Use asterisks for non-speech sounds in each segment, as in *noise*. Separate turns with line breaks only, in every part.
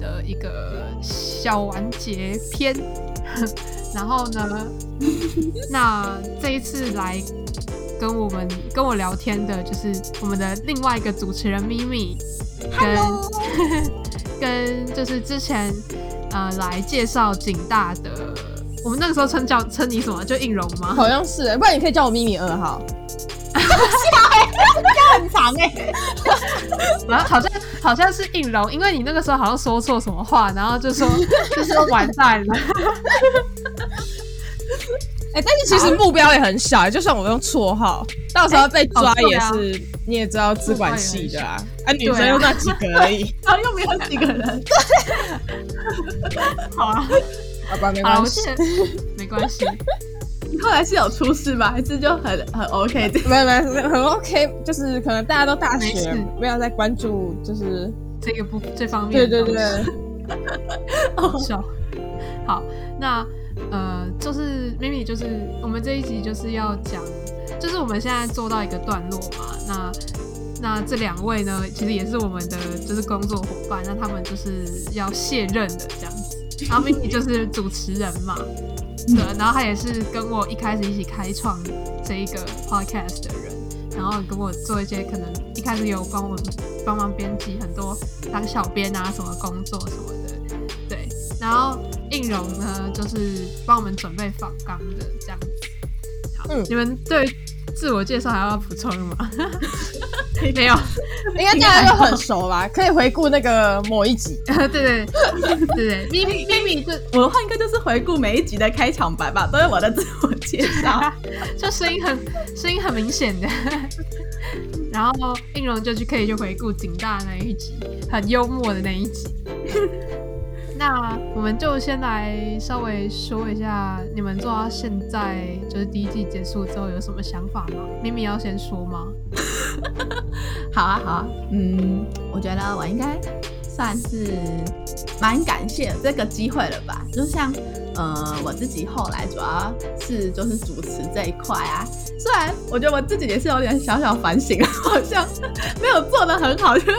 的一个小完结篇。 *laughs* 然后呢， *laughs* 那这一次来跟我们跟我聊天的，就是我们的另外一个主持人咪咪，跟 *laughs* 跟就是之前呃来介绍景大的，我们那个时候称叫称你什么？就应荣吗？
好像是、欸，不然你可以叫我咪咪二号。
欸很长哎、
然后好像好像是应龙，因为你那个时候好像说错什么话，然后就
*laughs*
说就说完蛋了，
*laughs* 哎、但是其实目标也很小、就算我用绰号，到时候被抓
啊
哎
也
哦
是，
对
你也知道资管系的啊，啊，女
对
生
啊
又那几个而已，
然后又没有几个人，
好啊，
*laughs* 好吧，没
好了，
关
我
系
记，得没关系，
你后来是有出事吧？还是就很很 OK 的？
没有没有没有很 OK，就是可能大家都大
没
学
事，
不要再关注，就是
这个不这方面
对
的
对
东西
对，
好笑。好，那呃，就是咪咪，就是我们这一集就是要讲，就是我们现在做到一个段落嘛。那那这两位呢，其实也是我们的就是工作伙伴，那他们就是要卸任的这样子。然后咪咪就是主持人嘛，对，然后他也是跟我一开始一起开创这一个 podcast 的人。然后跟我做一些可能一开始有帮我帮忙编辑很多当小编啊什么工作什么的，对。然后应荣呢，就是帮我们准备访纲的这样子。好，
嗯
你们对自我介绍还要补充吗？没有，
应该大家都很熟吧，可以回顾那个某一集，
对对对对，咪咪咪咪就
我的话应该就是回顾每一集的开场白吧，都是我的自我介绍。
就声音很声音很明显的。 *laughs* 然后应荣就去可以去回顾景大那一集，很幽默的那一集。 *laughs* 那我们就先来稍微说一下，你们做到现在就是第一季结束之后有什么想法吗？咪咪要先说吗？
好啊，好啊，嗯，我觉得我应该算是蛮感谢这个机会了吧。就像呃，我自己后来主要是就是主持这一块啊，虽然我觉得我自己也是有点小小反省，啊好像没有做的很好，因为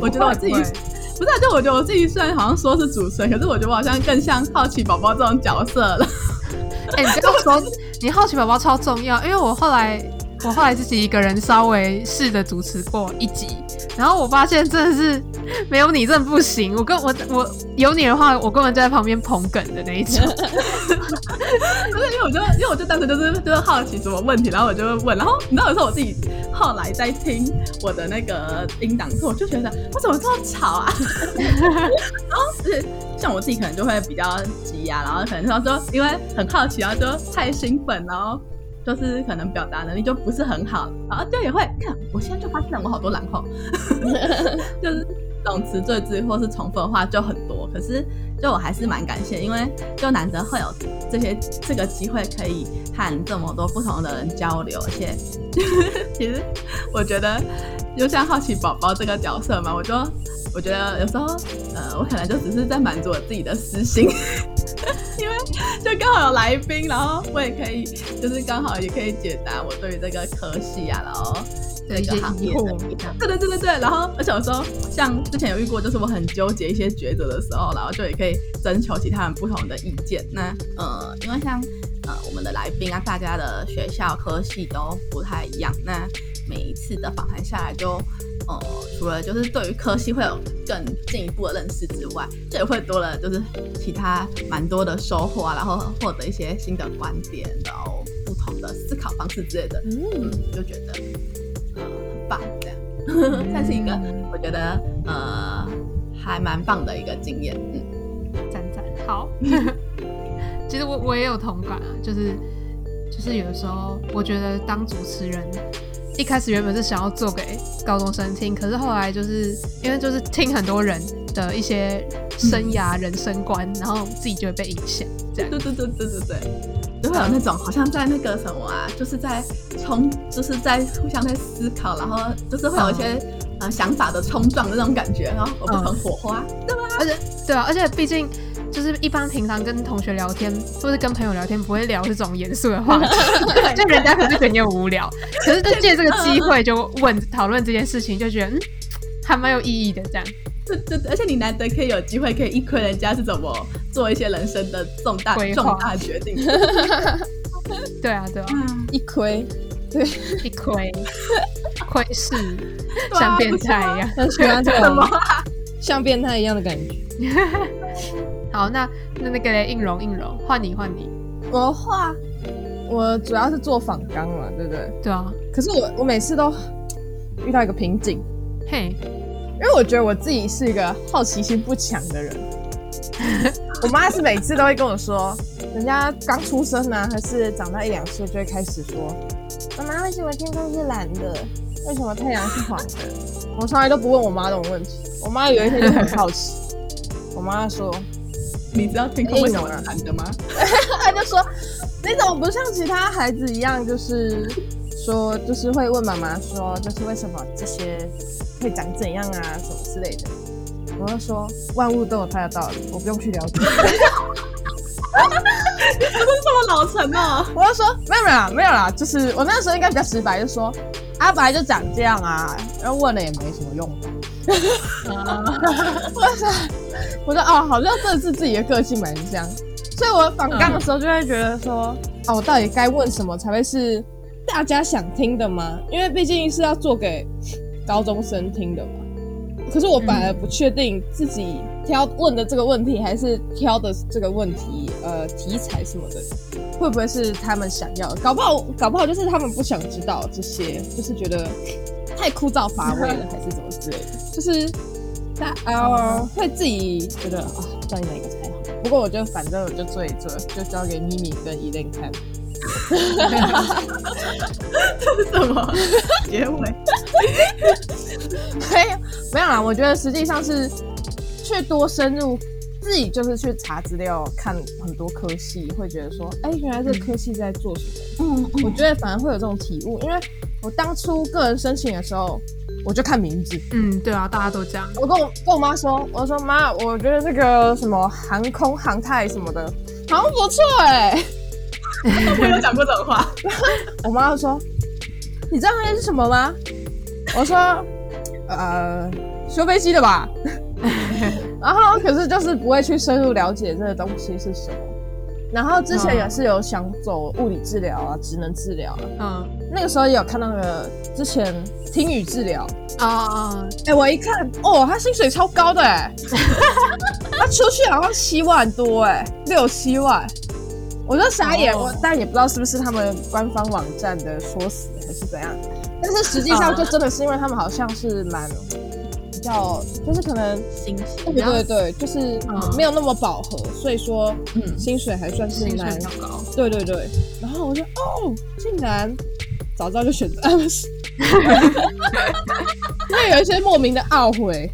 我觉得我自己
不会不会
不是、啊，就我觉得我自己虽然好像说是主持人，可是我觉得我好像更像好奇宝宝这种角色了。
*laughs* 哎、你这样说，你好奇宝宝超重要，因为我后来我后来自己一个人稍微试着主持过一集，然后我发现真的是没有你真的不行，我跟我我有你的话，我根本就在旁边捧梗的那一
*laughs*
种。
不是，因为我就因为我就当时就是就是好奇什么问题，然后我就会问，然后你知道有时候我自己后来在听我的那个音档的时候，我就觉得我怎么这么吵啊？ *laughs* 然后是像我自己可能就会比较急啊，然后可能说就因为很好奇，然后就太兴奋，然后就是可能表达能力就不是很好，然后就也会看我现在就发现我好多懒哦后，就是这种词缀字或是重复的话就很多，可是就我还是蛮感谢，因为就难得会有这些这个机会可以和这么多不同的人交流，而且 *laughs* 其实我觉得就像好奇宝宝这个角色嘛，我就我觉得有时候呃，我可能就只是在满足我自己的私心。 *laughs* 因为就刚好有来宾，然后我也可以，就是刚好也可以解答我对于这个科系啊，然后
的
这
一些
个行
疑
业的
惑，这样
对对对对对，然后而且有时候像之前有遇过，就是我很纠结一些抉择的时候，然后就也可以征求其他人不同的意见。那呃，因为像呃我们的来宾啊，大家的学校科系都不太一样，那每一次的访谈下来就。呃，除了就是对于科系会有更进一步的认识之外，这也会多了就是其他蛮多的收获啊，然后获得一些新的观点，然后不同的思考方式之类的，嗯 *laughs*
嗯，
就觉得呃很棒这样。
嗯
算是一个我觉得呃还蛮棒的一个经验。嗯，
赞赞好。其实我我也有同感啊，就是就是有的时候我觉得当主持人。一开始原本是想要做给高中生听，可是后来就是因为就是听很多人的一些生涯、人生观，然后自己就会被影响。这样
对对对对对对。就会有那种好像在那个什么啊，就是在冲，就是在互相在思考，然后就是会有一些、呃想法的冲撞的那种感觉，然后有不同火花。
对啊，而且毕竟就是一般平常跟同学聊天，或是跟朋友聊天，不会聊这种严肃的话题，就人家可是肯定无聊。可是就借这个机会就问讨论这件事情，就觉得嗯，还蛮有意义的这样。
对对，对而且你难得可以有机会可以一窥人家是怎么做一些人生的重大
规划
重大决定。
对啊，对啊，
嗯
一
*laughs*
亏，
一亏亏是
对啊
像变态一样。
那喜欢这
什么啊
种像变态一样的感觉。
好，那那那个嘞应容应容，换你换你，
我画，我主要是做仿纲嘛，对不对？
对啊，
可是我我每次都遇到一个瓶颈，
嘿，
因为我觉得我自己是一个好奇心不强
*laughs*
的人。我妈是每次都会跟我说，人家刚出生啊，还是长到一两岁就会开始说，妈妈为什么天空是蓝的？为什么太阳是黄的？我从来都不问我妈这种问题。我妈有一天就很好奇，我妈说，
你知道天空为什么是蓝的吗？ *laughs*
她就说，你怎么不像其他孩子一样，就是说，就是会问妈妈说，就是为什么这些会长怎样啊，什么之类的。我就说，万物都有它的道理，我不用去了解。 *laughs*
这么老成哦，
我就说没有没有啦，没有啦，就是我那时候应该比较直白，就说阿白就长这样啊，然后问了也没什么用。啊我说哦，好像真的是自己的个性蛮像，所以我反刚的时候就会觉得说，哦，我到底该问什么才会是大家想听的吗？因为毕竟是要做给高中生听的嘛。可是我反而不确定自己挑问的这个问题，还是挑的这个问题，呃，题材什么的，会不会是他们想要的？搞不好，搞不好就是他们不想知道这些，就是觉得太枯燥乏味了，还是怎么之类的，就是大呃会自己觉得啊，到底哪一个才好？不过我就反正我就做一做，就交给咪咪跟伊琳看。
这是什么结尾？
没有没有啦，我觉得实际上是去多深入，自己就是去查资料，看很多科系，会觉得说，哎、原来这个科系在做什么。
嗯，
我觉得反而会有这种体悟，因为我当初个人申请的时候，我就看名字，
嗯，对啊，大家都这样，
我跟我跟我妈说，我说妈，我觉得这个什么航空航太什么的，好像不错哎、
*laughs* 我有讲过这种话。
我妈就说：“你知道那是什么吗？”我说：“呃，修飞机的吧。” *laughs* 然后可是就是不会去深入了解这个东西是什么。然后之前也是有想走物理治疗啊、职能治疗啊，
嗯，
那个时候也有看到那个之前听语治疗，
啊啊，
哎、我一看，哦，他薪水超高的
*laughs*
哎、他出去好像七万多哎、六七万，我就傻眼，
哦
我但也不知道是不是他们官方网站的说死还是怎样，但是实际
哦
上就真的是因为他们好像是蛮比较，就是可能
星
对对对，就是
嗯
没有那么饱和，所以说
嗯
薪水还算是
薪水
蛮
比较高，
对对对，然后我就哦，竟然早知道就选择，啊不
*laughs*
是因为有一些莫名的懊悔。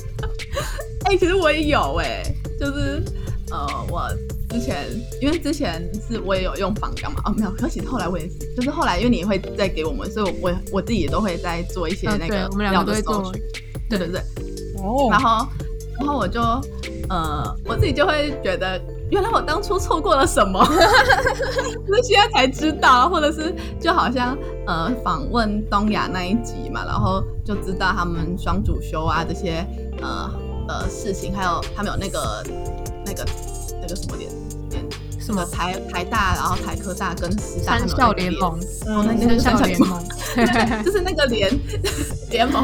*laughs* 哎、其实我也有哎、就是呃，我之前因为之前是我也有用仿钢嘛，哦没有，可是其实后来我也是，就是后来因为你会再给我们，所以我我我自己也都会在做一些
嗯，
那
对
个，
我们两个都会
料的
做
搜寻，对对对，
哦
然后然后我就呃我自己就会觉得。原来我当初错过了什么， *laughs* 就是现在才知道，或者是就好像呃访问东亚那一集嘛，然后就知道他们双主修啊这些呃呃事情，还有他们有那个那个那个什么点点
什么
台台大，然后台科大跟师大他
三
们有
校
那个
联
联
盟，
哦那
三校
那个三校
联
联
盟
盟，就是那个联联盟，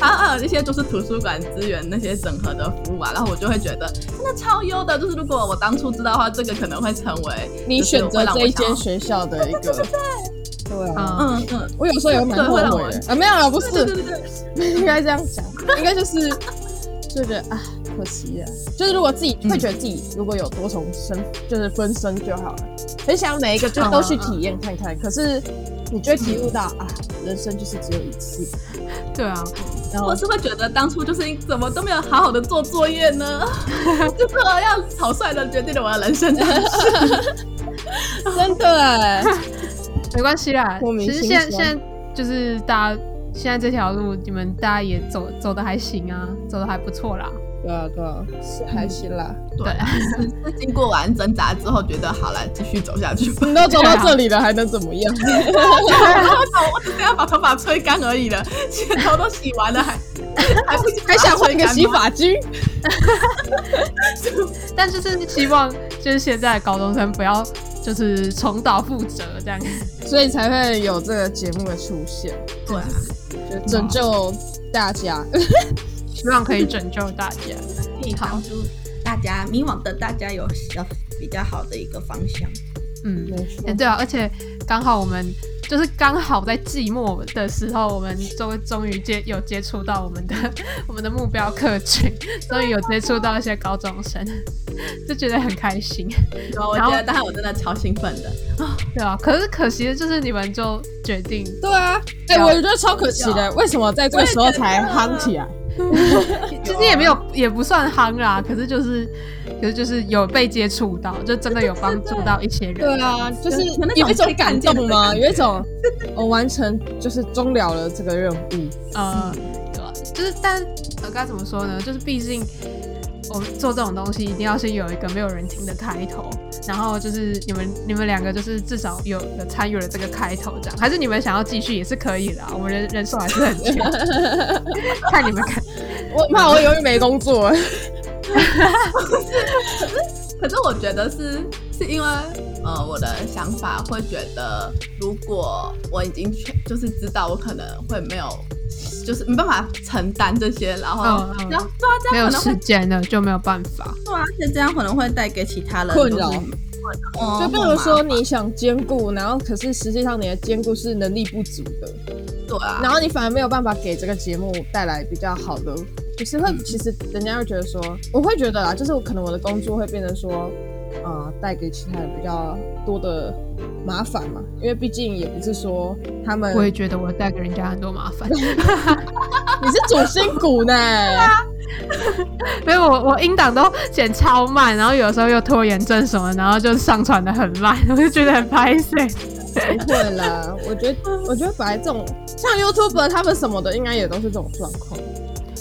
然后还有一些就是图书馆资源那些整合的服务啊，然后我就会觉得真的超优的，就是如果我当初知道的话，这个可能会成为
你选择这一
就是会让
间
我想
学校的一个，对啊，
嗯，
嗯嗯，
我有时候也蛮后悔的啊，没有了，不
对对
是，
对对，
应该这样讲，应该就是就觉得啊，可惜了，就是如果自己会觉得自己如果有多重身，就是分身就好了，很想每一个
啊
就都去体验看看，可是你就会体悟到啊，人生就是只有一次，
对啊，
然后
我是会觉得当初就是你怎么都没有好好的做作业呢， *laughs* 就这样草率的决定了我的人生。
真的 *laughs* 哎，
没关系啦。
莫名
其实
心
现在
酸
现在就是大家现在这条路，你们大家也走走的还行啊，走的还不错啦。
对啊对啊，是还行啦，
对啊，是是 *laughs* 经过完挣扎之后，觉得好了，继续走下去吧。 *laughs*
你都走到这里了，还能怎么
*laughs*
样？
我只是要把头发吹干而已了，头都洗完了还。还不
*laughs* *laughs* 还想换个洗发精，
但就是希望就是现在的高中生不要就是重蹈覆辙这样。
所以才会有这个节目的出现，
对啊，
就拯救大家。
希望可以拯救大家。
可以帮助大家迷惘的大家有有比较好的一个方向。
嗯，
没错
哎、对啊，而且刚好我们就是刚好在季末的时候，我们终终于接有接触到我们的 *laughs* 我们的目标客群，终于有接触到一些高中生，就觉得很开心，
有，我
然
觉
后
得当然我真的超兴奋的，
对啊，可是可惜的就是你们就决定，
*laughs* 对啊，哎、
要
我觉得超可惜的，为什么在这个时候才
我也觉得
夯起来？
其实也没有也不算夯啦，可是就是可是就是有被接触到，就真的有帮助到一些人。
对啊，就是
有那种
有一种
被看
感
见
动
的
吗？
感
有一 *laughs* 种我完成就是终了了这个任务，
呃，对吧？就是，但呃，该怎么说呢？就是毕竟我们做这种东西，一定要先有一个没有人听的开头，然后就是你们你们两个就是至少有有参与了这个开头，这样还是你们想要继续也是可以的啊，我们人人数还 *laughs* 是很全，看你们看。
我哦怕我由于没工 *laughs* 作，
可是我觉得是是因为呃我的想法会觉得，如果我已经确就是知道我可能会没有，就是没办法承担这些，然后
嗯嗯
然后对啊，这
没
样
有
可能会
时间了就没有办法。
对啊，而且这样可能会带给其他人
困
就是
扰
嗯
就比如说你想兼顾，然后可是实际上你的兼顾是能力不足的，
对啊，
然后你反而没有办法给这个节目带来比较好的，就是会其实人家会觉得说，我会觉得啦，就是我可能我的工作会变成说，呃，带给其他人比较多的麻烦嘛，因为毕竟也不是说他们
我也觉得我带给人家很多麻烦， *laughs*
你是主心骨 *laughs* 呢，啊
因为我我音档都剪超慢，然后有时候又拖延症什么，然后就上传的很慢， *laughs* 我就觉得很拍碎。
不会啦，我觉得我觉得本来这种像 YouTuber 他们什么的，应该也都是这种状况，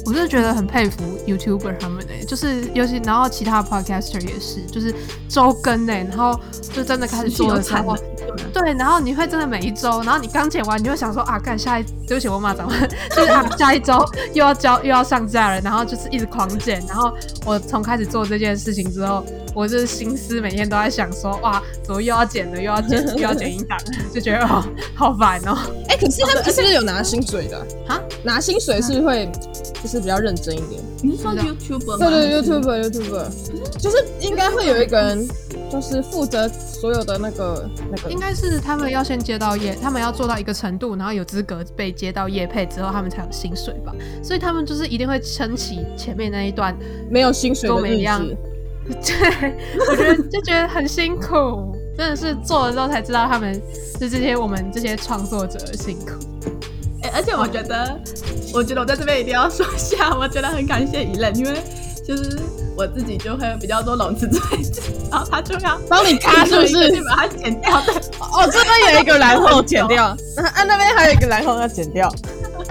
我真的觉得很佩服 YouTuber 他们哎、就是尤其然后其他 podcaster 也是，就是周更哎、然后就真的开始做的时候，对，然后你会真的每一周，然后你刚剪完，你就会想说啊，干下一，对不起我骂脏话， *laughs* 就是啊下一周又要交又要上架了，然后就是一直狂剪，然后我从开始做这件事情之后，我就是心思每天都在想说哇，怎么又要剪了，又要剪，又要剪音档，就觉得哦好烦哦，
哎、可是他们是不是有拿薪水的啊？
啊
拿薪水是会就是比较认真一点。
你是说
不知道
YouTuber 吗？
对
还
对
是
，YouTuber YouTuber，就是应该会有一个人，就是负责所有的那个那个。
应该是他们要先接到业，他们要做到一个程度，然后有资格被接到业配之后，他们才有薪水吧。所以他们就是一定会撑起前面那一段， *laughs*
没有薪水的
跟我们一
日
样
子，
对我觉得就觉得很辛苦，真的是做了之后才知道他们就这些我们这些创作者的辛苦。
哎、而且我觉得，我觉得我在这边一定要说一下，我觉得很感谢怡任，因为就是我自己就会有比较多聋子嘴子，然后他就要
*laughs* 帮你卡是不
一个一个
是
去？把它剪掉的。
哦，这边有一个然后剪 *laughs* 掉，然后啊那边还有一个然后要剪掉。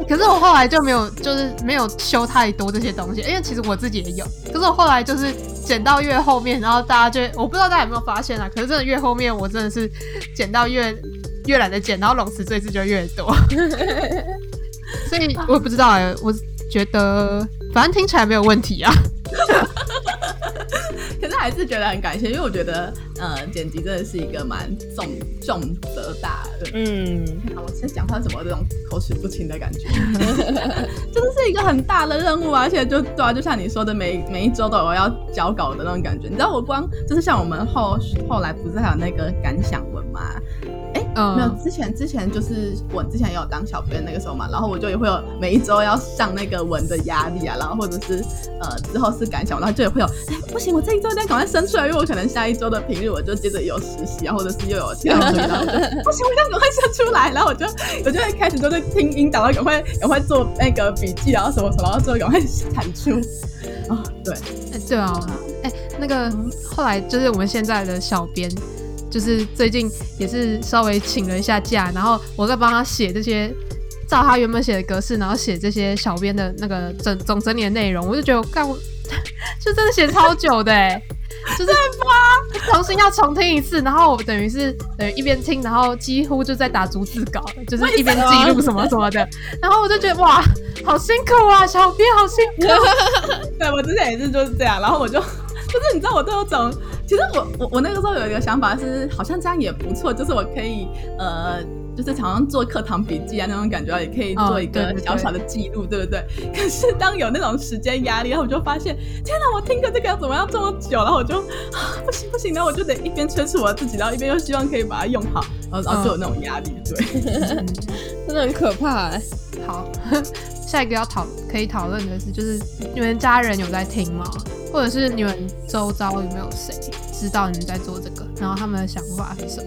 可是我后来就没有，就是没有修太多这些东西，因为其实我自己也有。可是我后来就是剪到越后面，然后大家就我不知道大家有没有发现啊，可是真的越后面，我真的是剪到越越懒得剪，然后冗词赘字就越
*laughs*
多。所以我也不知道哎、我觉得反正听起来没有问题啊。
可是还是觉得很感谢，因为我觉得，呃，剪辑真的是一个蛮重重责大任。
嗯，
天哪我现在讲话怎么这种口齿不清的感觉， *laughs* 真的是一个很大的任务啊！而且就对啊，就像你说的，每每一周都有要交稿的那种感觉。你知道我光就是像我们后后来不是还有那个感想文吗？没有，
嗯，
之前之前就是我之前也有当小编那个时候嘛，然后我就也会有每一周要上那个文的压力啊，然后或者是呃之后是感想，然后就也会有哎不行，我这一周一定要赶快生出来，因为我可能下一周的平日我就接着有实习啊，或者是又有其他东西，然后我就不行，我一定要赶快生出来，然后我就我就会开始都在听音档，然后赶快赶快做那个笔记，然后什么什么，然后最后赶快产出啊、对，
哎对啊，哎、那个后来就是我们现在的小编。就是最近也是稍微请了一下假，然后我在帮他写这些，照他原本写的格式，然后写这些小 *laughs* 编的那个整总整理的内容，我就觉得我干我就真的写超久的哎、就是重新要重听一次，然后我等于是等于一边听，然后几乎就在打逐字稿，就是一边记录什么什么的。然后我就觉得哇，好辛苦啊，小编好辛苦。啊
对我之前也是就是这样，然后我就就是你知道我都有种，其实我我我那个时候有一个想法是，好像这样也不错，就是我可以呃。就是常常做课堂笔记啊，那种感觉啊也可以
哦
做一
对
个
对
小小的记录，对不对？ *laughs* 可是当有那种时间压力，然后我就发现，天哪，我听个这个要怎么样这么久？然后我就、啊、不行不行，然后我就得一边催促我自己，然后一边又希望可以把它用好，然后然后就有那种压力，对。
真的很可怕、欸。
好， *laughs* 下一个要讨可以讨论的是，就是你们家人有在听吗？或者是你们周遭有没有谁知道你们在做这个？然后他们的想法是什么？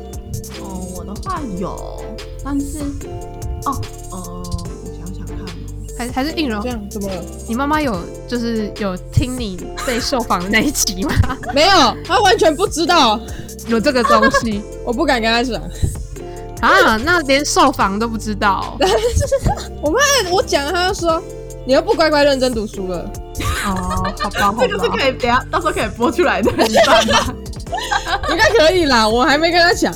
*laughs* 哦，我的话有，但是哦，呃，我想想看哦，
还还是应柔
这，样怎么了？
你妈妈有就是有听你被受访的那一集吗？
没有，他完全不知道，
*laughs* 有这个东西
我不敢跟他讲。
*laughs*
*laughs*
啊？那连受访都不知道
我妈，我讲他就说，你又不乖乖认真读书了。
*laughs* 哦？好吧，好吧
这，
*laughs*
个是可以等一下到时候可以播出来的，你知道吗？
应该可以啦，我还没跟他讲，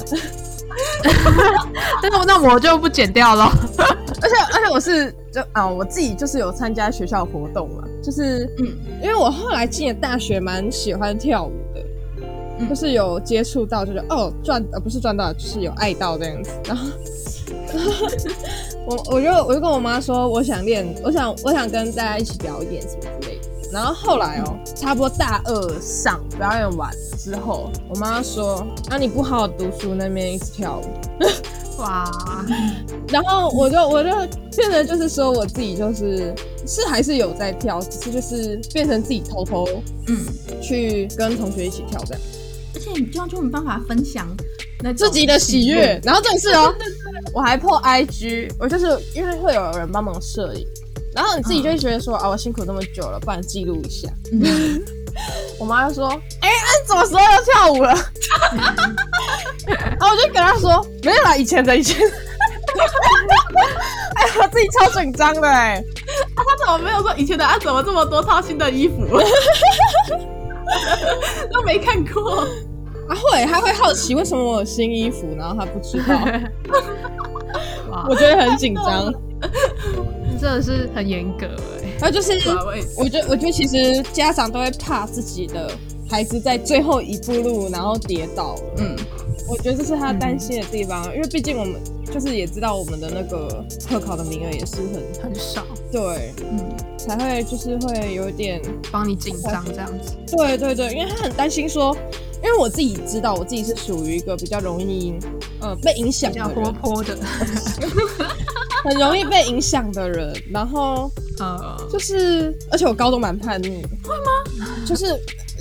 那那我就不剪掉了。
而且而且我是就啊、我自己就是有参加学校活动嘛，就是
嗯，
因为我后来进了大学，蛮喜欢跳舞的，
嗯
就是有接触到，就是哦赚呃不是赚到，就是有爱到这样子。 *laughs* 然后，然后我我就我就跟我妈说，我想练，我想我想跟大家一起表演什么之类的。然后后来哦，
嗯
差不多大二上表演完之后，我妈说：“啊，你不好好读书，那边一直跳舞。”
哇，
然后我就我就变得就是说我自己就是是还是有在跳，只是就是变成自己偷偷
嗯，
去跟同学一起跳这样，
而且你这样就没办法分享那种
自己的喜悦。。然后这是哦，我还破 IG，我就是因为会有人帮忙摄影，然后你自己就会觉得说、啊，我辛苦这么久了，不然记录一下。
嗯，
我妈就说：“哎、啊你什么时候要跳舞了？” *laughs* 然后我就跟她说：“没有啦，以前的以前的。”哎，我自己超紧张的哎、
啊，他怎么没有说以前的啊？怎么这么多套新的衣服？ *laughs* 都没看过，
啊会，他会好奇为什么我有新衣服，然后他不
*laughs*
知道，
哇
我，觉得很紧
*laughs*
张。
你 *laughs* 真的是很严格哎、
然后就是，
对啊，我也是
我觉得我觉得其实家长都会怕自己的孩子在最后一步路然后跌倒了，
嗯，
我觉得这是他担心的地方，因为毕竟我们就是也知道我们的那个特考的名额也是很
很少
对，
嗯
才会就是会有点
帮你紧张这样子。
对对对，因为他很担心说，因为我自己知道我自己是属于一个比较容易呃被影响
嗯比
的
较活
人，
泼的，
很容易被影响的人，然后。
呃，
就是，而且我高中蛮叛逆的。会吗？就是，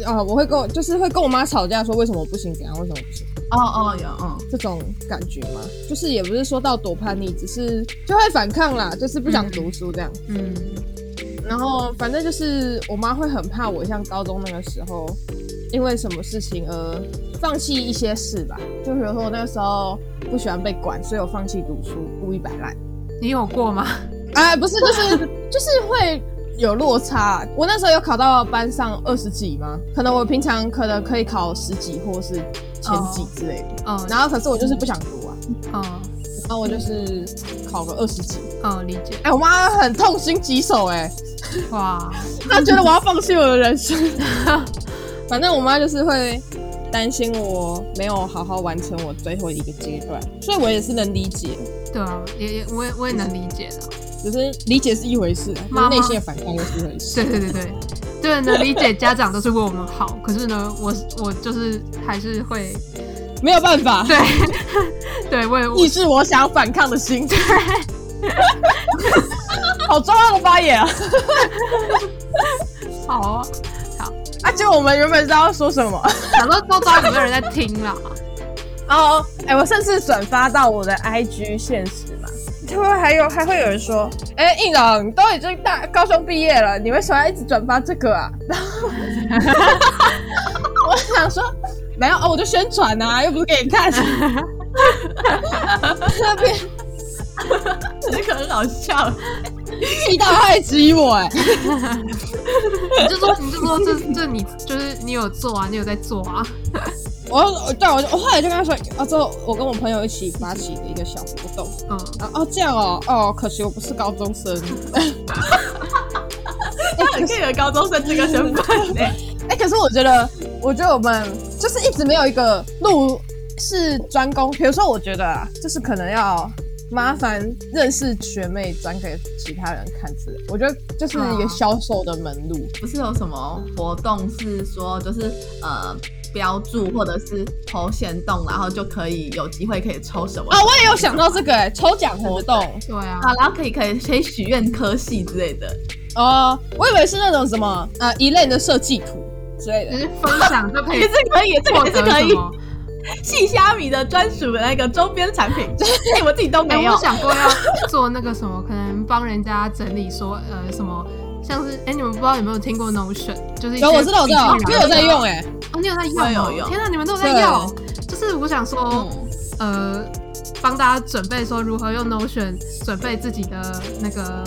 啊、我会跟我就是会跟我妈吵架，说为什么我不行，怎样，为什么我不行，
哦哦有嗯
这种感觉嘛。就是也不是说到多叛逆，只是就会反抗啦，就是不想读书这样。
嗯，
然后反正就是我妈会很怕我，像高中那个时候，因为什么事情而放弃一些事吧。就比如说我那个时候不喜欢被管，所以我放弃读书，故意摆烂。
你有过吗？
*laughs*
哎，不是，就是
*laughs*
就是会有落差。我那时候有考到班上二十几吗？可能我平常可能可以考十几或是前几之类的。
嗯，
然后可是我就是不想读啊，
嗯
然后我就是考个二十几。
嗯，理解。
哎、我妈很痛心疾首哎、
哇，
她觉得我要放弃我的人生。 *laughs* 反正我妈就是会担心我没有好好完成我最后一个阶段，所以我也是能理解，
对啊，也也我也我也能理解的。
只是理解是一回事，可是
妈妈
内心的反抗又是一回事。
对对对对，对，能理
*laughs*
解家长都是为我们好，可是呢，我我就是还是
*laughs*
会，
没有办法。
对对， *laughs* 我也我
抑制我想反抗的心。对， *laughs* 好重要的发言啊！
好啊，
啊，结果我们原本是要说什么？
想说周遭有没有人在听
*laughs*
啦？
哦，哎，我甚至转发到我的 IG 现实嘛。会不会还有还会有人说，哎、应朗你都已经大高中毕业了，你为什么要一直转发这个啊？ *laughs* 然后我想说，没有哦，我就宣传啊，又不是给你看。 *laughs* 那边
这个很好笑。
气到他来质疑我哎、
你就说你就说这这你就是你有做啊，你有在做啊，
我我对我就我后来就跟他说，啊，之后我跟我朋友一起发起的一个小活动，
嗯，
啊哦这样哦哦，可惜我不是高中生，
他很 care 高中生这个身份呢、
哎、可是我觉得，我觉得我们就是一直没有一个路是专攻。比如说，我觉得啊，就是可能要麻烦认识学妹转给其他人看之类。我觉得就是一个销售的门路。
不是有什么活动是说就是呃标注或者是投限动，然后就可以有机会可以抽什么
啊、我也有想到这个、哎，抽奖活动
对啊，
啊，然后可以可以可以许愿科系之类的，
哦、我以为是那种什么呃一类的设计图之类
只
的。
是分享就可以
也是可以， *laughs* 这
获
个也是
得
可
什
以。
么？
*laughs* 细虾米的专属的那个周边产 *laughs* 品，哎、我自己都
哎、
没有
我。想过要做那个什么，可能帮人家整理说，呃，什么像是，哎、你们不知道有没有听过 Notion，就是一些
有，我知道，我知道
笔，
我
记本
有在用、哎、
哦，你有在用、
我
哦，
有用
天哪，你们都有在用，就是我想说，
嗯
呃，帮大家准备说如何用 Notion 准备自己的那个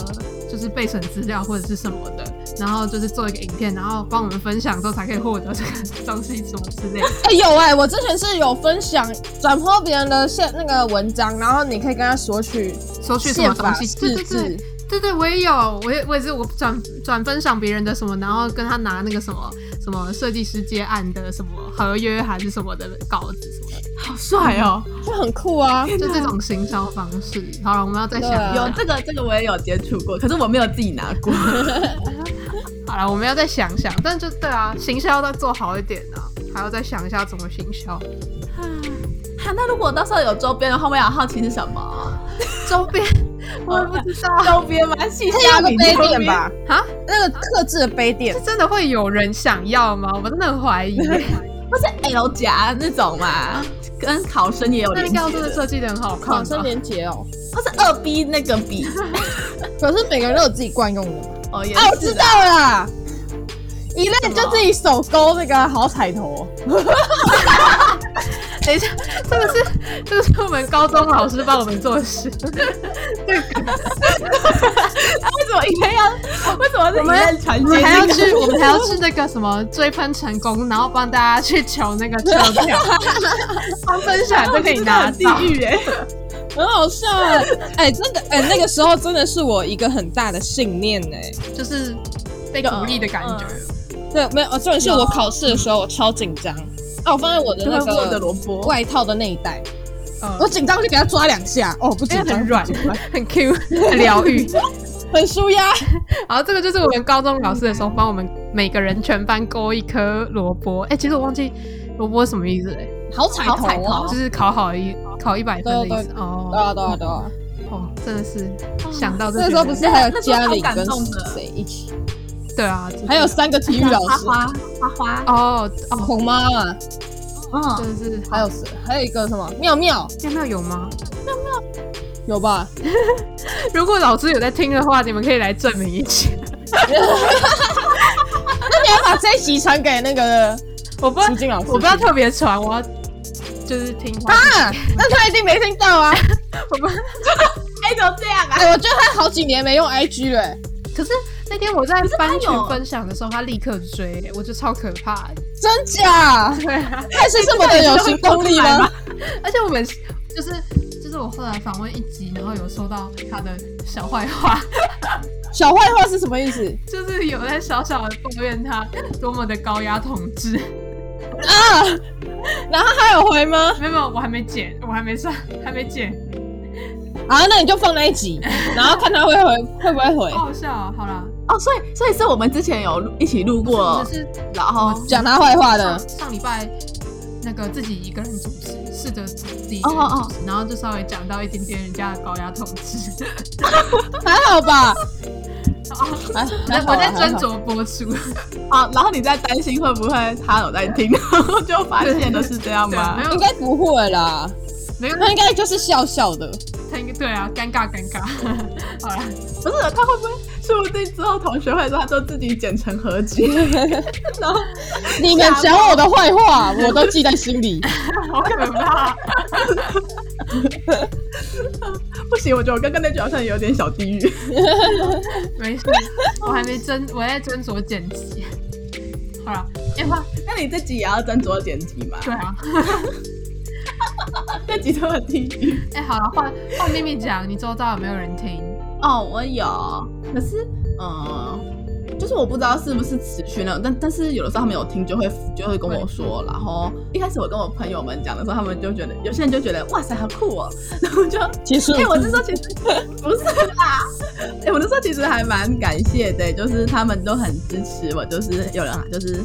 就是备审资料或者是什么的，然后就是做一个影片，然后帮我们分享之后才可以获得这个东西什么之类的。
哎、有哎、我之前是有分享转播别人的现那个文章，然后你可以跟他索取
索取什么
宪
东
法
西？对
释
对对
字。
对对，我也有，我也我也是，我转转分享别人的什么，然后跟他拿那个什么什么设计师接案的什么合约还是什么的稿子什么的，
好帅哦！
就很酷啊！
就这种行销方式。好了，我们要再想一 *laughs*
对啊
下
有，这个这个我也有接触过，可是我没有自己拿 *laughs* 过。
好了，我们要再想想。但就对啊，行销要做好一点啊，还要再想一下怎么行销
哈、那如果到时候有周边的话，我也好奇是什 *laughs* 么
周边， *laughs* 我也不知道
周边吗？细
它
虾
有个
米
杯
周
垫
边？
吧，
啊，
那个特制的杯垫
是，真的会有人想要吗？我真的很 *laughs* 怀疑。
不是 L 夹那种嘛，跟考生也有
那
联
你
系
告诉的
的，
设计的很好看
考
吗
生连结哦。
它是二 B 那个笔。
可是每个人都有自己惯用的吧？
哦，也
啊，我知
是
道
的。
啦，一类
什
就
么
自己手勾那个好彩
*laughs*
头，
等一下，这个是这个是我们高中老师帮我们做的
*laughs*
事，
为什么一定要？ *laughs* 为什么是一
们
旦传
我
接
们还要去，我
*laughs* 我
们还要去那个什么追喷成功，然后帮大家去求
*laughs*
那个车票，帮分享就可以拿
地
到。
狱哎！
很
*laughs*
好笑哎！哎，那个哎，那个时候真的是我一个很大的信念哎。
就是被鼓励的感觉。
对，没有，呃重点是我考试的时候我超紧张，啊，我放在我的
就 *laughs*
那
会握着
个
萝卜，
外套的内袋，
嗯，
我紧张就给它抓两下，哦，不紧
因为
张
哎很软，很 Q，很疗愈。
很舒压。
然后这个就是我们高中老师的时候，帮我们每个人全班勾一颗萝卜。哎、其实我忘记萝卜什么意思嘞、哎
好彩
好彩
头
头
啊！
就是考好一考一百分的意思
对对
哦。
啊，对啊，对啊！
哦，真的是想到这
那时候不是还有嘉
那时
玲
候超感
跟
动的
谁一起，
对啊，
还有三个体育老
*laughs*
师，
花花花
哦哦，
孔妈嘛，
花，嗯，
真的是
还有谁？还有一个什么妙妙，
有没有有吗？
有吧？
*laughs* 如果老师有在听的话，你们可以来证明一 *laughs* 下。
你要把这一集传给那个
我不
苏静老师，
我不要特别传，我要就是听他。
啊，那他一定没听到啊！ *laughs*
我不，
哎，怎么这样啊？
哎，我觉得他好几年没用 IG 了、欸，
可是那天我在班
可是他有
群分享的时候，他立刻追、 *laughs* 我觉得超可怕、
真假？
对啊，
他是这么的有行动力吗？
而且我们就是就是我后来访问一集，然后有收到他的小坏话， *laughs*
小坏话是什么意思
就是有在小小的抱怨他多么的高压统治。
啊？然后他有回吗？
没有没有，我还没剪，我还没上，还没剪。
啊，那你就放那
*laughs*
一集，然后看他会回会不会回
好，好笑、啊，好啦，
哦，所以所以是我们之前有一起录过
只，是
然后
讲他坏话的
*laughs* 上。上礼拜那个自己一个人主持，试着自己一个
哦
人
哦
主持，然后就稍微讲到一点点人家的高压统治。
还好吧？
我
啊，
在
还
我
好啊
在斟。
还好
酌播出，
啊，然后你在担心会不会他有在听， *laughs* 然后就发现的是这样
对，啊
吗
没？
应
有
该不会啦，
没有，
他应该就是笑
*laughs*
笑的。
他应该对啊，尴尬尴尬。 *laughs* 好啦，
不是，他会不会说不定之后同学会说他都自己剪成合 *laughs* 集，然后
你们讲我的坏话，我都
*laughs*
记在心里。
好可怕。
不行，我觉得我刚刚那句好像有点小地狱。
没事，我还没斟，我在斟酌剪辑。好了，哎、话
那你这集也要斟酌剪辑吗？
对，啊，
这集都很地狱。
哎、好了，换换秘密讲，你周遭有没有人听？
哦，我有，可是嗯，就是我不知道是不是持续那种，但但是有的时候他们有听就会就会跟我说，然后一开始我跟我朋友们讲的时候，他们就觉得有些人就觉得哇塞好酷哦， *laughs* 然后就
结束
哎、我那时候其实不是啦，哎、我那时候其实还蛮感谢的，就是他们都很支持我，就是有人啊就是。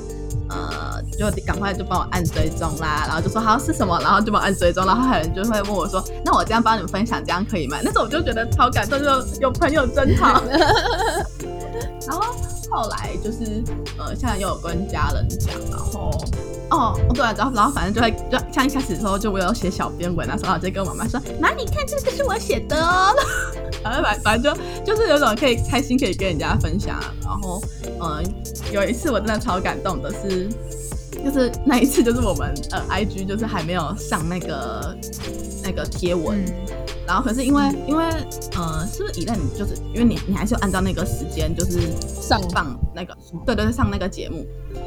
呃，就赶快就帮我按追踪啦，然后就说好是什么，然后就帮我按追踪，然后还有人就会问我说，那我这样帮你们分享，这样可以吗？那时候我就觉得超感动，就是有朋友真好。 *laughs* 然后后来就是呃，现在又有跟家人讲，然后哦，对、啊，然后然后反正就会就像一开始的时候，就我有写小编文啊那时候我就跟我妈妈说，妈你看这个是我写的哦， *laughs* 然后反反正就就是有种可以开心可以跟人家分享，啊然后嗯、呃，有一次我真的超感动的是。就是那一次，就是我们呃，IG 就是还没有上那个那个贴文，
嗯，
然后可是因为因为呃，是不是以任你就是因为你你还是有按照那个时间就是
上
放那个对对对上那个节目，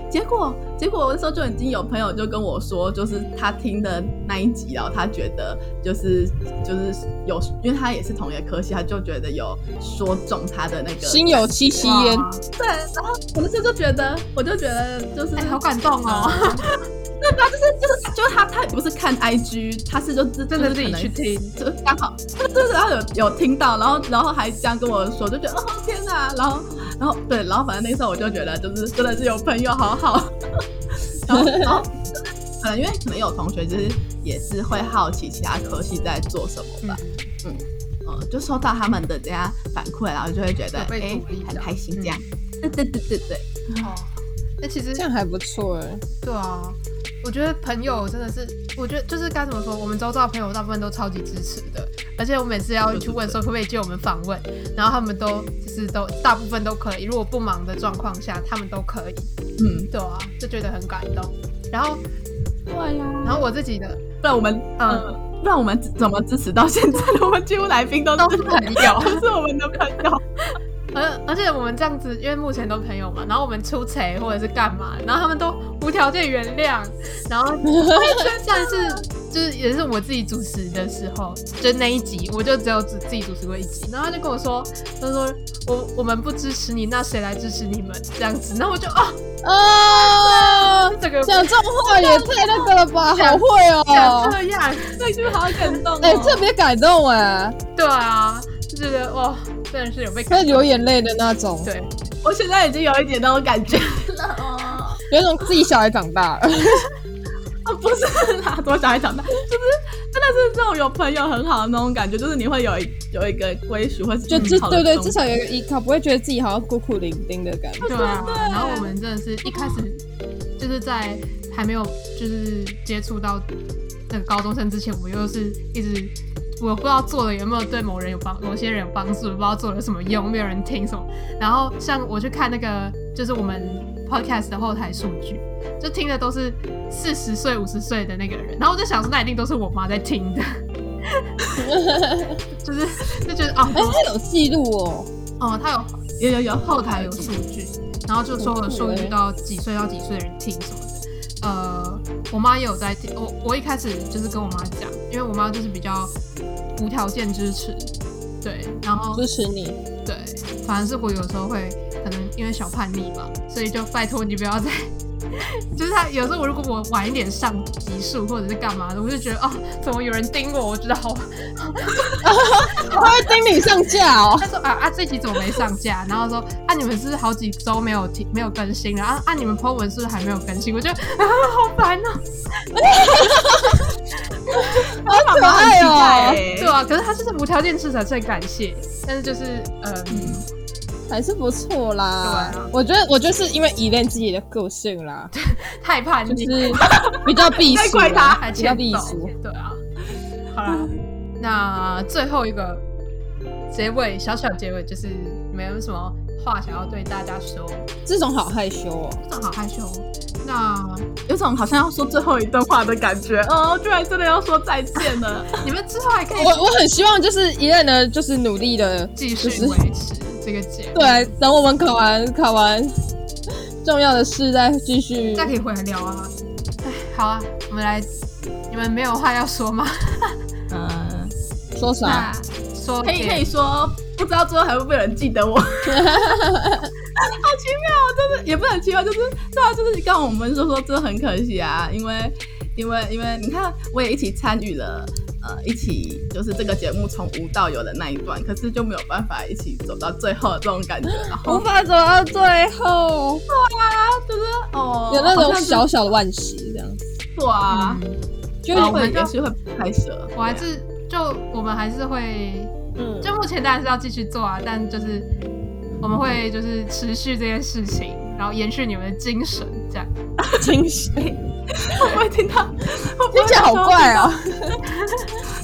结果结果我那时候就已经有朋友就跟我说，就是他听的那一集，然哦后他觉得就是就是有，因为他也是同一个科系，他就觉得有说中他的那个
心有戚戚焉，
哇
对，然后我那时候就觉得我就觉得就是、
哎、好感动哦，
对吧？就是就是就是他他也不是看 IG，他是就是
真的自己去
听。
听，
就刚好，对对，然后有有听到，然后然后还这样跟我说，就觉得哦天哪，然后然后对，然后反正那时候我就觉得就是真的是有朋友好好， *laughs* 然后然后可能因为可能有同学就是也是会好奇其他科系在做什么吧，嗯呃，就收到他们的这样反馈，然后就会觉得
有被
哎
鼓励
很
到
开心
嗯
这样，对对对对对，
哦，那其实
这样还不错哎。
对啊，我觉得朋友真的是，我觉得就是该怎么说，我们周遭的朋友大部分都超级支持的，而且我每次要去问说可不可以借我们访问，然后他们都就是都大部分都可以，如果不忙的状况下，他们都可以，
嗯，
对啊，就觉得很感动。然后，
对呀、
然后我自己的
不然我们
嗯
嗯。不然我们怎么支持到现在？我们几乎来宾都
都
是
是朋友
都是我们的朋友。
而而且我们这样子，因为目前都朋友嘛，然后我们出贼或者是干嘛，然后他们都无条件原谅，然后上一次就是也是我自己主持的时候，就那一集我就只有自自己主持过一集，然后他就跟我说，他说我我们不支持你，那谁来支持你们这样子？然后我就啊，
啊，
这个
讲这种话也太那个了吧，好
讲
会
想
*laughs* 哦，
这样，
那句好感动、哦。
哎，特别感动哎，
对啊，就觉得哇，真的是有被
会
感动
流眼泪的那种，
对，
我现在已经有一点那种感觉 *laughs* 了哦。
有一种自己小孩长大了。
啊，不是啦，多小孩长大，就是真的是这种有朋友很好的那种感觉，就是你会有一有一个归属，或者
就至
至
对对，至少有一个依靠，不会觉得自己好像孤苦伶仃的感觉。
对啊，然后我们真的是一开始就是在还没有就是接触到那个高中生之前，我们又是一直我不知道做了有没有对某人有帮，某些人有帮助，不知道做了有什么用，没有人听什么。然后像我去看那个就是我们 podcast 的后台数据。就听的都是四十岁、五十岁的那个人，然后我就想说，那一定都是我妈在听的， *laughs* 就是就觉得哦
哎，他有记录哦，
哦，她有
有有有
后台有数据，然后就说哦
好酷
了
欸
数据到几岁到几岁的人听什么的。呃，我妈也有在听，我我一开始就是跟我妈讲，因为我妈就是比较无条件支持，对，然后
支持你。
对，反正是我有时候会可能因为小叛逆吧，所以就拜托你不要再， *laughs* 就是他有时候我如果我晚一点上集数或者是干嘛的，我就觉得啊、 *laughs* 怎么有人盯我，我觉得好
他会盯你上架哦。
他说啊啊，这集怎么没上架？然后说啊，你们是不是好几周没有停没有更新了？啊啊，你们 po 文是不是还没有更新？我就啊，好烦哦、
好
可爱哦
对
哎
啊，可是他就是无条件支持，所以感谢。但是就是嗯，
还是不错啦。
对啊
我觉得我就是因为依恋自己的个性啦，
太叛
就
逆，
是比较避
在
暑
怪他
啦，
还
比较
欠
避
揍
暑。。
对啊，好啦，那最后一个结尾，小小结尾就是你们有什么话想要对大家说，
这种好害羞哦。
真的好害羞哦。那
有种好像要说最后一段话的感觉哦，居然真的要说再见了。
你们之后还可以
我我很希望就是一任呢，就是努力的，
继
就
续
是
维持这个节目，
对，等我们考完考完重要的事再继续。
再可以回来聊啊。哎，好啊，我们来，你们没有话要说吗？ *laughs*
嗯，
说啥
那？说
可以可以说，不知道最后还会不会有人记得我。好 *laughs* 奇妙，哦就是也不是很奇妙，就是对啊，就是刚刚我们说说，这很可惜啊，因为因为因为你看，我也一起参与了。呃，一起就是这个节目从无到有的那一段，可是就没有办法一起走到最后的这种感
*laughs*
觉，然后
无法走到最后，
就是哦，
有那
好
种
像是
小小的惋惜，这样
错啊，
嗯
就
好
我
我们
们
就
也是会拍摄，
我还是就我们还是会，
嗯，
就目前当然是要继续做啊，但就是我们会就是持续这件事情，然后延续你们的精神，这样。
惊喜，
*laughs* 会不会听
*laughs*
到？会不会
听起来好怪哦。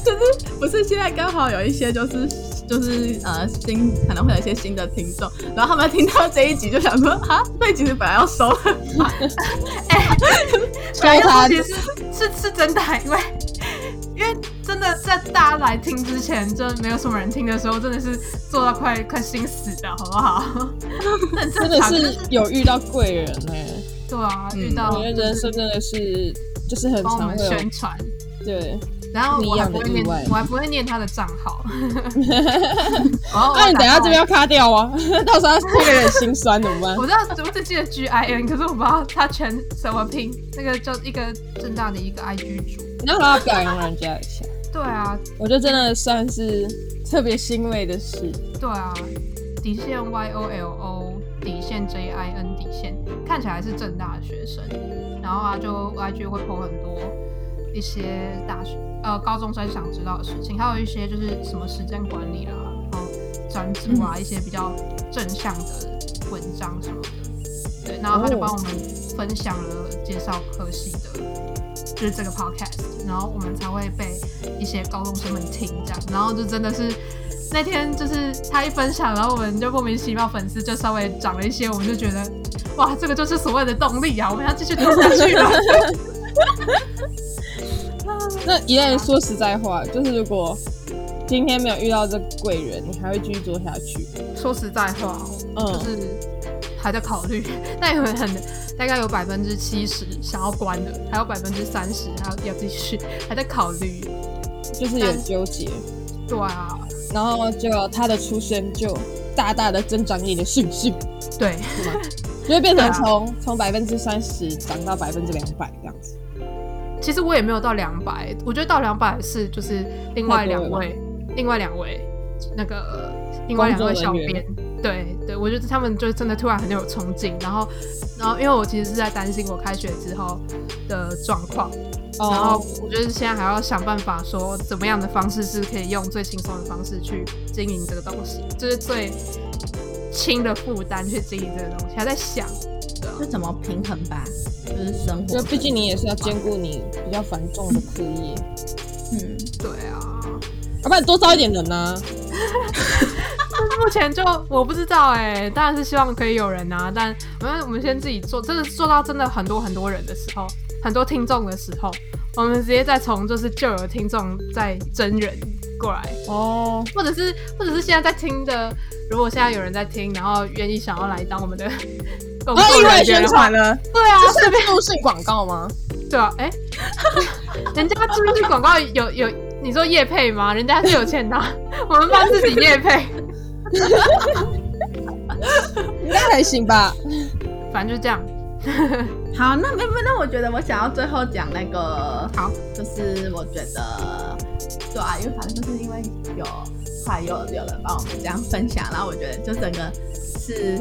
就是不是现在刚好有一些就是就是呃新可能会有一些新的听众，然后他们听到这一集就想说啊，对，其实本来要收了，
收他
其实是是真的，啊因为因为真的在大家来听之前，就没有什么人听的时候，真的是做到快快心死的，好不 *laughs* 好？那很
真
正
的 *laughs*
常，
是
就是
有遇到贵人呢、
对啊，
嗯
遇到
我觉得人生真的是就是很
帮我
常
们
会有
宣传，
对。
然后我还不
不
会
一样的
念
意外，
我还不会念他的账
*laughs*
号。哦，
那、
我
啊你等一下
打
这边要卡掉啊， *laughs* 到时候会有点心酸怎么办？
我知道，我只记得 G I N，可是我不知道他全怎么拼。那个就一个正大的一个 I G 主。
你要好好表扬人家一下，
对啊，
我觉得真的算是特别欣慰的事。
对啊，底线 Y O L O 底线 J I N 底线，看起来是正大的学生，然后啊就 IG 会 po 很多一些大学呃高中生想知道的事情，还有一些就是什么时间管理啦，然后专注啊、一些比较正向的文章什么的，对，然后他就
哦
帮我们分享了介绍科系的。就是这个 podcast，然后我们才会被一些高中生们听这样，然后就真的是那天就是他一分享，然后我们就莫名其妙粉丝就稍微涨了一些，我们就觉得哇，这个就是所谓的动力啊，我们要继续听下去啊了。
那一旦说实在话，就是如果今天没有遇到这贵人，你还会继续做下去？
说实在话，就
嗯，
是还在考虑，但有很大概有百分之七十想要关的，还有百分之三十还要要继续，还在考虑。
就是有纠结，
对啊，
然后就他的出现就大大的增长你的信心，
对，
就会变
对
成
啊
从从百分之三十涨到百分之两百这样子。
其实我也没有到两百，我觉得到两百是就是另外两位，另外两位那个呃另外两位小
工作
编，对对，我觉得他们就真的突然很有冲劲，然后然后因为我其实是在担心我开学之后的状况，
哦
然后我觉得现在还要想办法说怎么样的方式是可以用最轻松的方式去经营这个东西，就是最轻的负担去经营这个东西，还在想，
就怎么平衡吧，就是生
就毕竟你也是要兼顾你比较繁重的课业，
嗯，
对啊。
要不然多招一点人啊。
目前就我不知道哎、当然是希望可以有人啊，但我们我们先自己做，真的做到真的很多很多人的时候，很多听众的时候，我们直接再从就是旧有的听众再真人过来，
哦，
或者是或者是现在在听的，如果现在有人在听，然后愿意想要来当我们的 *laughs* 工
啊，
作
意外
人员
宣
的话，
传了，
对啊，
这是入性广告吗？
对啊，哎、人家出去广告有有，你说叶配吗？人家是有钱拿，我们帮自己叶配。
应该还行吧。
反正就这样，
好，那那那我觉得我想要最后讲那个
好，
就是我觉得，对啊，因为反正就是因为有快有有人帮我们这样分享，然后我觉得就整个是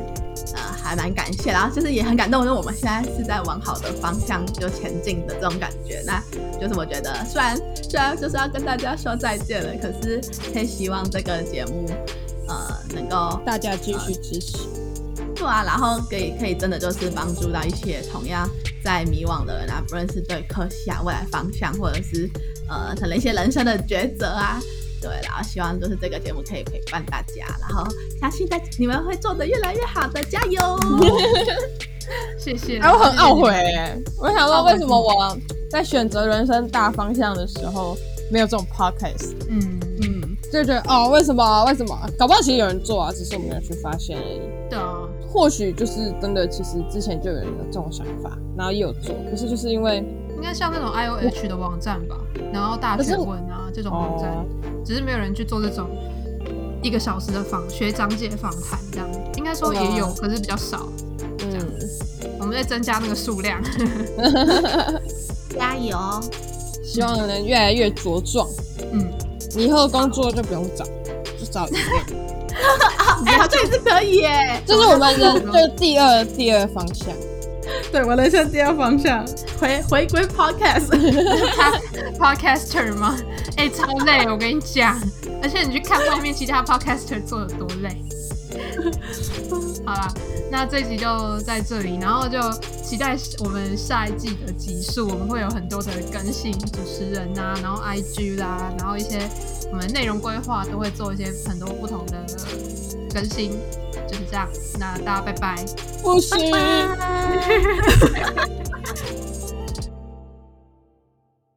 呃还蛮感谢，然后就是也很感动，因为我们现在是在往好的方向就前进的这种感觉。那就是我觉得虽然虽然就是要跟大家说再见了，可是也希望这个节目呃能够
大家继续支持。
对啊，然后可以可以真的就是帮助到一些同样在迷惘的人啊，不论是对科系啊、未来方向，或者是呃可能一些人生的抉择啊，对啦，希望就是这个节目可以陪伴大家，然后相信大你们会做的越来越好的，加油！
谢谢。
哎、我很懊悔、
谢谢你们，
欸，我想说为什么我在选择人生大方向的时候没有这种 podcast，
嗯，
嗯，
就觉得哦，为什么？为什么？搞不好其实有人做啊，只是我没有去发现而已。
对啊，
或许就是真的，其实之前就有人有这种想法，然后也有做，可是就是因为
应该像那种 I O H 的网站吧，然后大
可是
学
我
问啊这种网站，
哦，
只是没有人去做这种一个小时的访学长姐访谈这样，应该说
对啊
也有，可是比较少。
嗯，
我们在增加那个数量。
*laughs*
*laughs*
加油！
希望能越来越茁壮。
嗯，
你以后工作就不用找，就找一个，
哎、好像也是可以耶。
这是我们的 *laughs* 就是第二第二方向。
对我人生第二方向，回回归 *laughs* podcast。
他 podcaster 吗？哎、超累，我跟你讲，而且你去看外面其他 podcaster 做的多累。好啦，那这集就在这里，然后就期待我们下一季的集数，我们会有很多的更新，主持人呐、然后 IG 啦，然后一些我们内容规划都会做一些很多不同的更新，就是这样。那大家拜拜。
不行，
拜拜